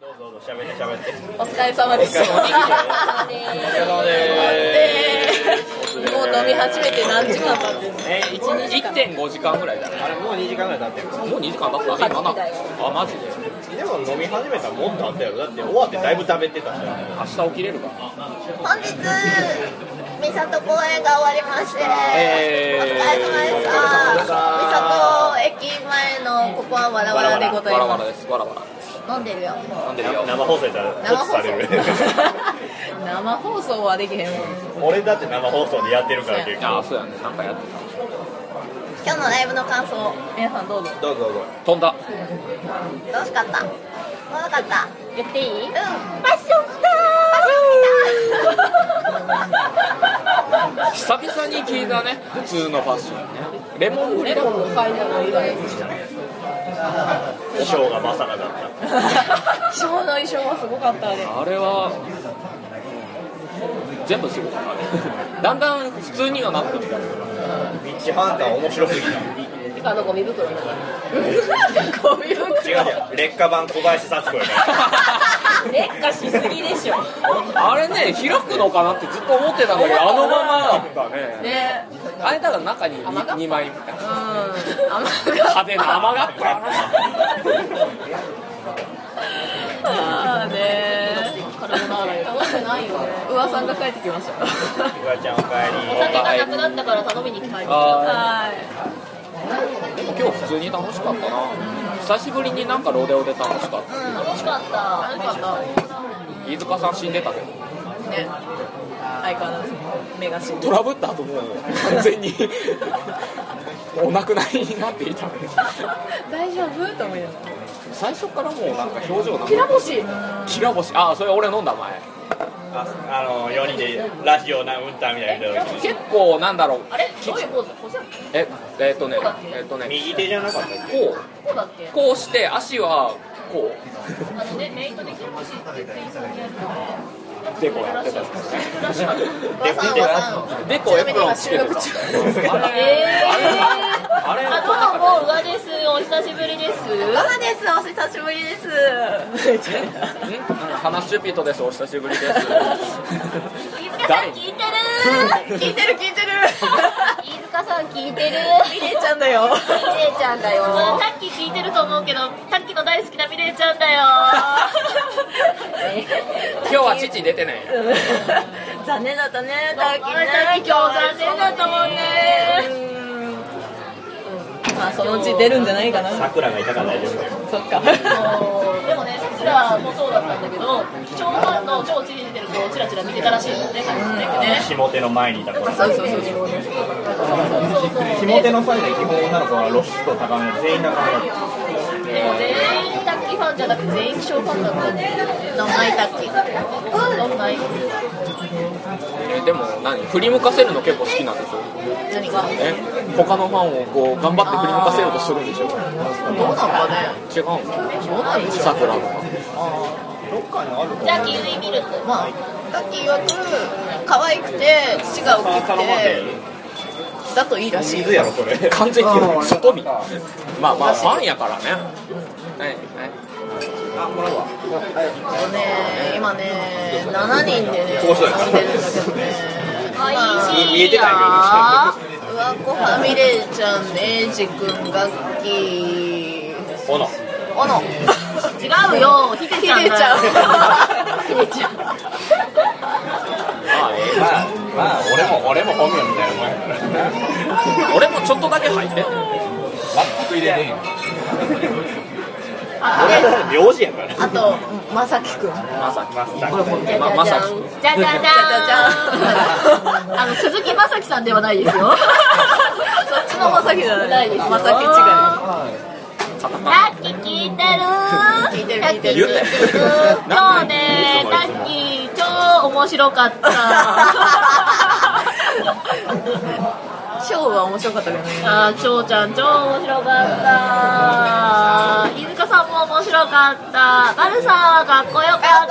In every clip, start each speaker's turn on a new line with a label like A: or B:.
A: どうぞどうぞ喋って喋って。
B: お疲れ様でした。
A: お疲れ様お疲れ様で
B: もう飲み始めて何時間経ってんの
A: す。え一1.5時間ぐらいだね。
C: あれもう2時間ぐらい経ってる
A: もう2時間経った。今な。あマジで。
C: でも飲み始めたらもっとあったよだって終わってだいぶ食べてたし
A: 明日起きれるかな。
D: 本日三郷公園が終わりまして、
A: え
D: お
A: ー
D: 疲れ様でした三郷駅前のここはわらわらでござい
A: わらわ
D: ま
A: らです。わらわ
D: す飲んでるよ
A: ら。飲んでるよ。
C: 生放送やったら
D: 生
C: 突
D: 放
C: さ
D: 送
C: れる
B: 生放送はできへんもん。
C: 俺だって生放送でやってるから結
A: あ
C: 構
A: そうやね。なんかやってた。
D: 今日のライブの感想
B: 皆さんどうぞ。
C: どうぞどうぞ
A: 飛んだ。
D: 楽しかった楽しかった
B: 言っていい？
D: うんファッション来たーファッション来た
A: 久々に聞いたね。普通のファッションね。レモングリ
B: レ
A: ラ
B: モンのファイナル以外でした。
C: 衣装がまさかだった
B: 衣装の衣装はすごかったね。
A: あれは。全部すごかったね。 だんだん普通にはなってきた。
C: ビッチハンター面白すぎた
B: あのゴミ袋な。ゴミ袋。
C: 違う違う劣化版小林幸子やから
B: 劣化しすぎでしょ。
A: あれね、開くのかなってずっと思ってたんだけど、あのままだったね。
B: ね。
A: あれだから中に
B: 甘かった
A: 2, 枚みたいな
B: うん。甘
A: 派手な甘がったよ
B: ああね。体の洗い。楽しくないよね。うわさんが帰ってきました。
C: フワちゃんおかえり
A: 酒がなく
B: なったから頼みに帰ってきは
A: あ
B: い。
A: ーでも今日普通に楽しかったな久しぶりになんかロデオで楽しかっ
B: 楽しかった。楽しかった。
A: た飯塚さん死んでたけど
B: ね、相変わらず目が死んで
A: ト
B: る
A: ラブったと思うよ完全にお亡くなりになっていたね
B: 大丈夫と思いながら
A: 最初からもうなんか表情なん
B: きら
A: か
B: 星
A: キラ星ああそれ俺飲んだ前
C: ああの4人でラジオなうんたみたいな やつ
A: 結構なんだろう
B: あれどういうポーズこうじゃん
A: ええっとねえっとね
C: 右手じゃなかったっけ
A: こ
B: こうだっけ
A: うこうして足はこう
B: あのねメイトできる星って店員さんにやる
A: でこうやってた
D: おばさんおばさん
A: でこうエプロンつけてた
B: ち
A: あれ、あれ、あれ、
B: あどうもうわですお久しぶりです
D: バナですお久しぶりです
A: ん花シュピットです、お久しぶりです。
D: 飯塚
A: 誰
D: 聞いてる聞いてる聞いてる
E: 飯塚さん聞いてる
B: ミレイちゃんだよ
E: ミレイちゃんだよ
D: よ
E: タッキー聞いてると思うけどタッキーの大好きなミレイちゃんだよ
A: 今日は父出てない。
B: 残念だったねターキーね
E: タッキー今日残念だったもんね
B: まあそのうち出るんじゃないかなそ
C: 桜がいたから大丈夫だよ
B: っか
E: でもねさくらもそうだったんだけど超ファンの超知事てる子をチラチラ見てたらしいんだよね彼女ね
C: 下手の前にいた頃
B: そうそうそうそう
E: そうそうで
C: 下手の際で基本女の子は露出度高めで全員高めだっ
E: でも全員タッキーファンじゃなくて全員気象ファンだったんだよね
D: 飲まいたっき
E: どんな
A: えでも、何、振り向かせるの結構好きなんでしょ
D: 何が
A: え、他のファンをこう頑張って振り向かせようとするんでしょ
B: どうなんかね
A: 違うんですか。桜とか。
E: じゃあキウイミルク
B: まあ
D: さっき曰く可愛くて父が大きくて
B: だといいらしい
C: 水やろそれ
A: 完全に外見。まあまあ、ファンやからね。はい、はい。
D: ね今ね7人でね
C: こうしたらいいか
D: 飲んでるんだけどね
E: おいしい
C: 見えてない
D: あうわこファミレイちゃんエイジ君ガッキー
C: けどおの
D: おの
E: 違うよヒデ
D: ひ
E: ちゃん
D: でちゃん
E: ヒデちゃん
A: まあ、え
C: まあまあ俺も俺も本名みたいなもんやから
A: え俺もちょっとだけ入ってんのよ。
C: 全く入れねえよ俺名字やから
D: あとまさきくんじ
A: まさ
C: マスター
A: き。ま、まさき。
E: じゃじゃじゃーん
D: ゃじゃん
E: あの鈴木まさきさんではないで す
D: そ
E: よ。
D: っちのまさきじゃ
E: な
D: ない
E: いですよ
D: まさき
A: カタカナ。
E: タッキー聞いてる。
D: 違い聞いてる聞いて
A: 言
D: る
A: ったよ
E: 今日ね、タッキー超面白 かった。
B: ショーは面白かったけどね
E: あー、翔ちゃん超面白かった。飯塚さんも面白かった。バルさんかっこよかった。
D: かっ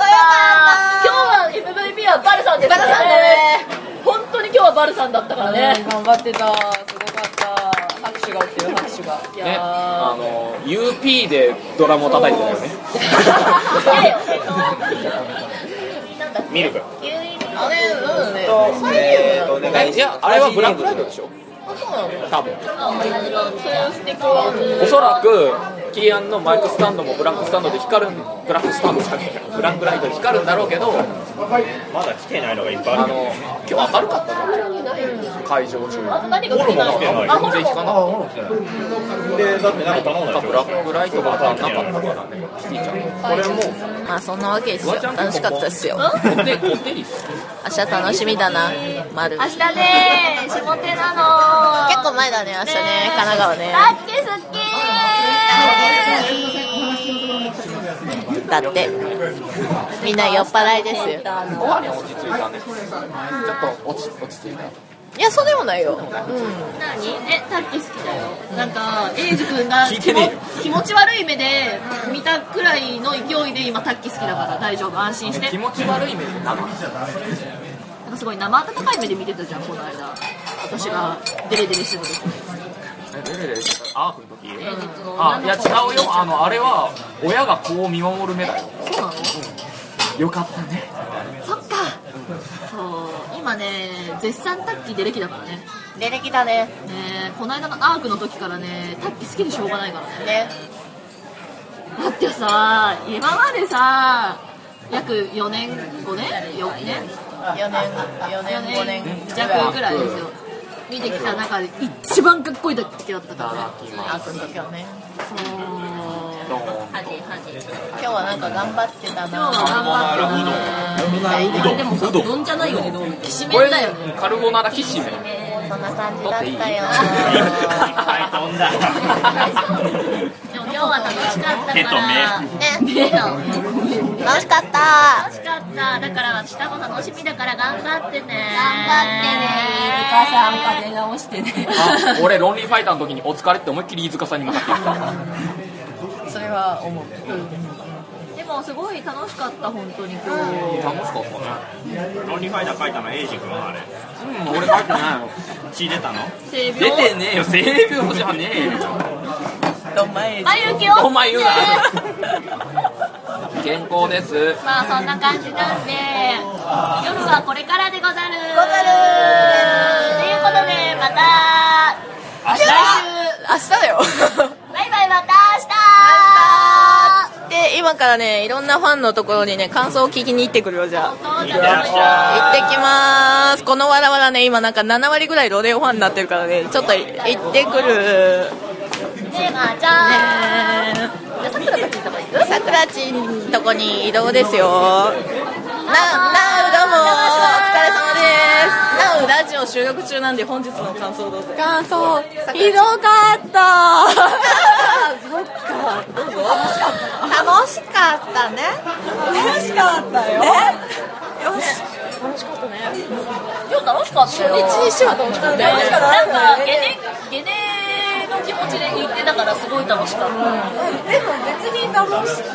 D: こよか
E: 今日は MVP はバルさんです
D: バルさんだね。
E: 本当に今日はバルさんだったからね。
B: 頑張ってたすごかった拍手が起きてる拍手ちが
A: ねあの UP でドラムを叩いてたよね
C: ミルク
D: あれなんだね
F: えーとね
A: えいやあれはブラックライトでしょ多分おそらくキーアンのマイクスタンドもブラックスタンドで光るんブラックスタンドじゃねえかブラックライトで光るんだろうけど
C: まだ来てないのがいっぱいあ
A: あ
C: る
A: の今日明るかったな会場中
E: 何が好きなの
C: ホルモン
E: あ、
C: が
E: ホル
A: 全然引
E: モン
A: か
F: あ
A: な
F: ほら来てない
C: でだってなんか頼んだでし
A: ブ
C: ょ
A: ラックライトが当たらなかったからねキティちゃんこれも
D: まあそんなわけですよ楽しかったですよ
A: うでこってりっす
D: 明日楽しみだな丸
E: 明
D: 結
E: 日ね、下手なの
D: 構前だね明日ね神奈川ね
E: だっけ好き
D: だってみんな酔っ払いですよ
A: ご飯には落ち着いたねちょっと落ち落ち着いた
D: いやそうでもないよ
E: 何え、タッキ好きだよなんか、エイジ君が
A: 聞いてねえよ
E: 気持ち悪い目で見たくらいの勢いで今タッキ好きだから大丈夫安心して
A: 気持ち悪い目でなかった
E: なんかすごい生温かい目で見てたじゃんこの間私がデレデレしてる時
A: えレレアークの時
E: 平日の
A: あいや違うよあ
E: あ
A: のあれは親が子を見守る目だよ
E: そうなの
A: よかったね
E: そっかそう今ね絶賛タッキー出てきだからね
D: 出てきたね
E: ねこの間のアークの時からねタッキー好きでしょうがないからね
D: ね
E: だってさ今までさ約4年5年4年
D: 4年4年
E: 4
D: 5年
E: 年弱ぐらいですよ見てきた中で一番かっこいい時だったからね
D: あくんと今日ね
A: どうも
D: 今日はなんか頑張ってた
E: 今
D: な
E: 日は頑張ってね
B: でもさうどんじゃないよねどう見ても
E: 締
A: こ
E: め
A: れ
E: だよね
A: カルボナーラキッシメ
D: そんな感じだ
A: っ
D: って
A: いい
D: たよ
C: はい飛んだ
E: でも今日は楽しかった
C: 手
E: か
C: と
E: ら
C: 目
D: ね
E: 目の
D: 楽しかった
E: 楽しかっただから明日も楽しみだから頑張ってね
D: 頑張っ
B: さん
D: てね
B: か出直してね
A: あ俺ロンリーファイターの時にお疲れって思いっきり飯塚さんに向かって言った
D: それは思う
E: でもすごい楽しかった本当に今日
A: 楽しかった
C: ロンリーファイター書いたのエイジ君はあれ
A: ねうん俺書いてないよ
C: 血出たの
E: 性 病
A: 出てねえよ性病じゃねえよ
D: どんまい
E: あゆきを
A: お前言うな 健康です
E: まあそんな感じなんで夜はこれからでござる
D: ござる
E: ということでまた
A: 明
D: 来週明日だよ
E: バイバイまた明日
D: で今からねいろんなファンのところにね感想を聞きに行ってくるよじゃあ
E: そう
C: いってらっしゃい
D: 行ってきまーすこのわらわらね今なんか7割ぐらいロデオファンになってるからねちょっと行ってくる
E: ねえまーちゃんじゃあさくらが聞いた方がいい
D: さくらちんとこに移動ですよななうどうもお疲れ様ですなうラジオ収録中なんで本日の感想どうぞ
B: 感想ひどかったそっか
D: 楽しかったね
B: 楽しかったよよし
E: 今日楽しかったよ
B: 一日は楽しかったよ
E: なん
B: ね
E: かゲネゲネの気持ちで言ってたからすごい楽しかった
B: でも別に楽しかった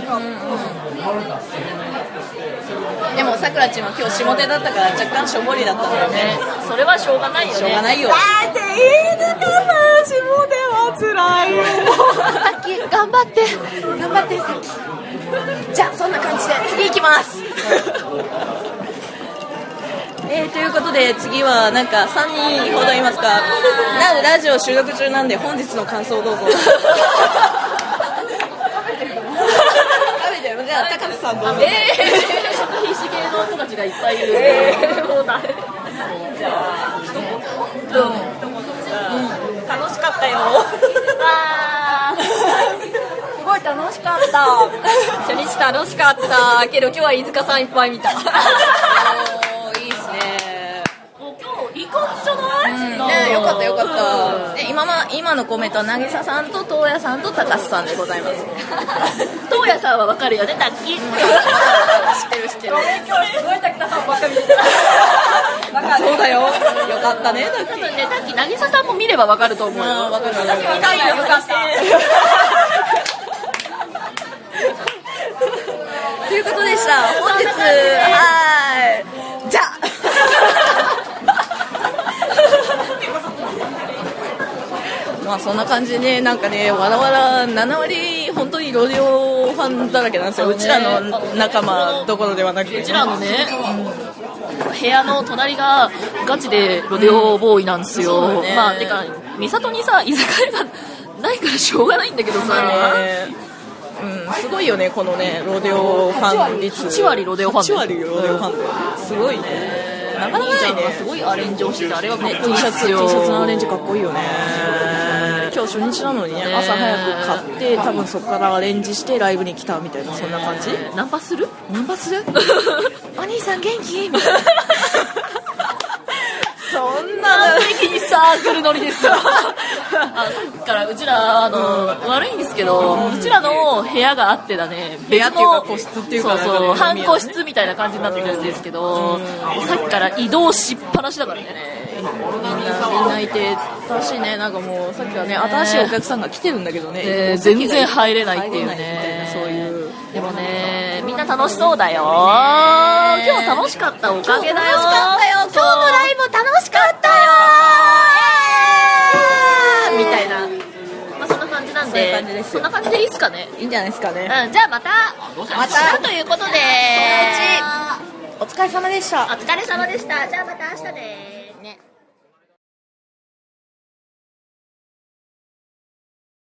D: でもさくらちんは今日下手だったから若干しょぼりだったんだよね
E: それはしょうがないよね
D: しょうがないよ
B: だって飯塚さん下手は辛いよさっき頑張って頑張ってさっきじゃあそんな感じで
D: 次行きます。えー、ということで次はなんか3人ほどいますかなうラジオ収録中なんで本日の感想をどうぞ食べてるじゃあ高瀬さんどうぞ
E: 食品士系の人たちがいっぱいいる、えー、もうだ
B: 楽しかったよすごい楽しか った初日楽しかったけど今日は飯塚さんいっぱい見た
D: おーいいですね
E: もう今日いい感じじゃない、
D: ねよかったよかったで今,、ま、今のコメントは渚さんと東野さんと高瀬さんでございます
E: 東野さんはわかるよね、タッキ ー。
D: 知ってる知ってる
B: 今日すごい高田さんばっか見てた
D: そうだよよかったねだっ
E: 多
D: け
E: 分ね、タッキー、渚さんも見ればわかると思う
D: あー
E: よ。
D: わかるわかる
B: 見たいよよかった
D: ということでした。本日、はーい。じゃ あ。まあそんな感じでなんかねわらわら7割本当にロデオファンだらけなんですようちらの仲間どころではなくて
E: うちらのね、部屋の隣がガチでロデオボーイなんです
D: そう
E: よ。
D: だね
E: まあ、てか、美里にさ、居酒屋がないからしょうがないんだけどさ、
D: ねうん、すごいよね、このね、ロデオファン率。
E: 8割ロデオファンだ
D: 8割
E: よ
D: ロデオファンだよすごいね。なかなか
E: 兄ち
D: な
E: ゃ
D: い
E: んが
D: ね。
E: すごいアレンジをしてて、あれはかっこいい
D: T シャツ、T シャツのアレンジか
E: っ
D: っこいいよね。今日初日なのにね、朝早く買って、多分そこからアレンジしてライブに来たみたいな、そんな感じ。
E: ナンパする
D: ナンパ する
B: お兄さん元気
D: そんな、
E: 的にサークル乗 りですよあさっきからうちらあの、悪いんですけど、うちらの部屋があってだね
D: 部屋っていうか
E: 別の
D: 個室っていうか
E: そうそう
D: なんか
E: 半
D: ね
E: 個室みたいな感じになってるんですけど、さっきから移動しっぱなしだからね
D: みんな、みんないて、楽しいね、なんかもう、さっきはね、新しいお客さんが来てるんだけどね、
E: えー全然入れないっていうね
D: 入れないみたいなそういう。
E: でもねみんな楽しそうだよ今日楽しかったおかげだよ
B: 楽しかったよ今日のライブ楽しかったよ
E: みたいな、まあ、そんな感じなんで
D: そういう感じですよ
E: そんな感じでいいっすかね
D: いいんじゃないですかね。
E: うん、じゃあまた、またということで、
B: お疲れ様でした
E: お疲れ様でした。じゃあまた明日です。ね。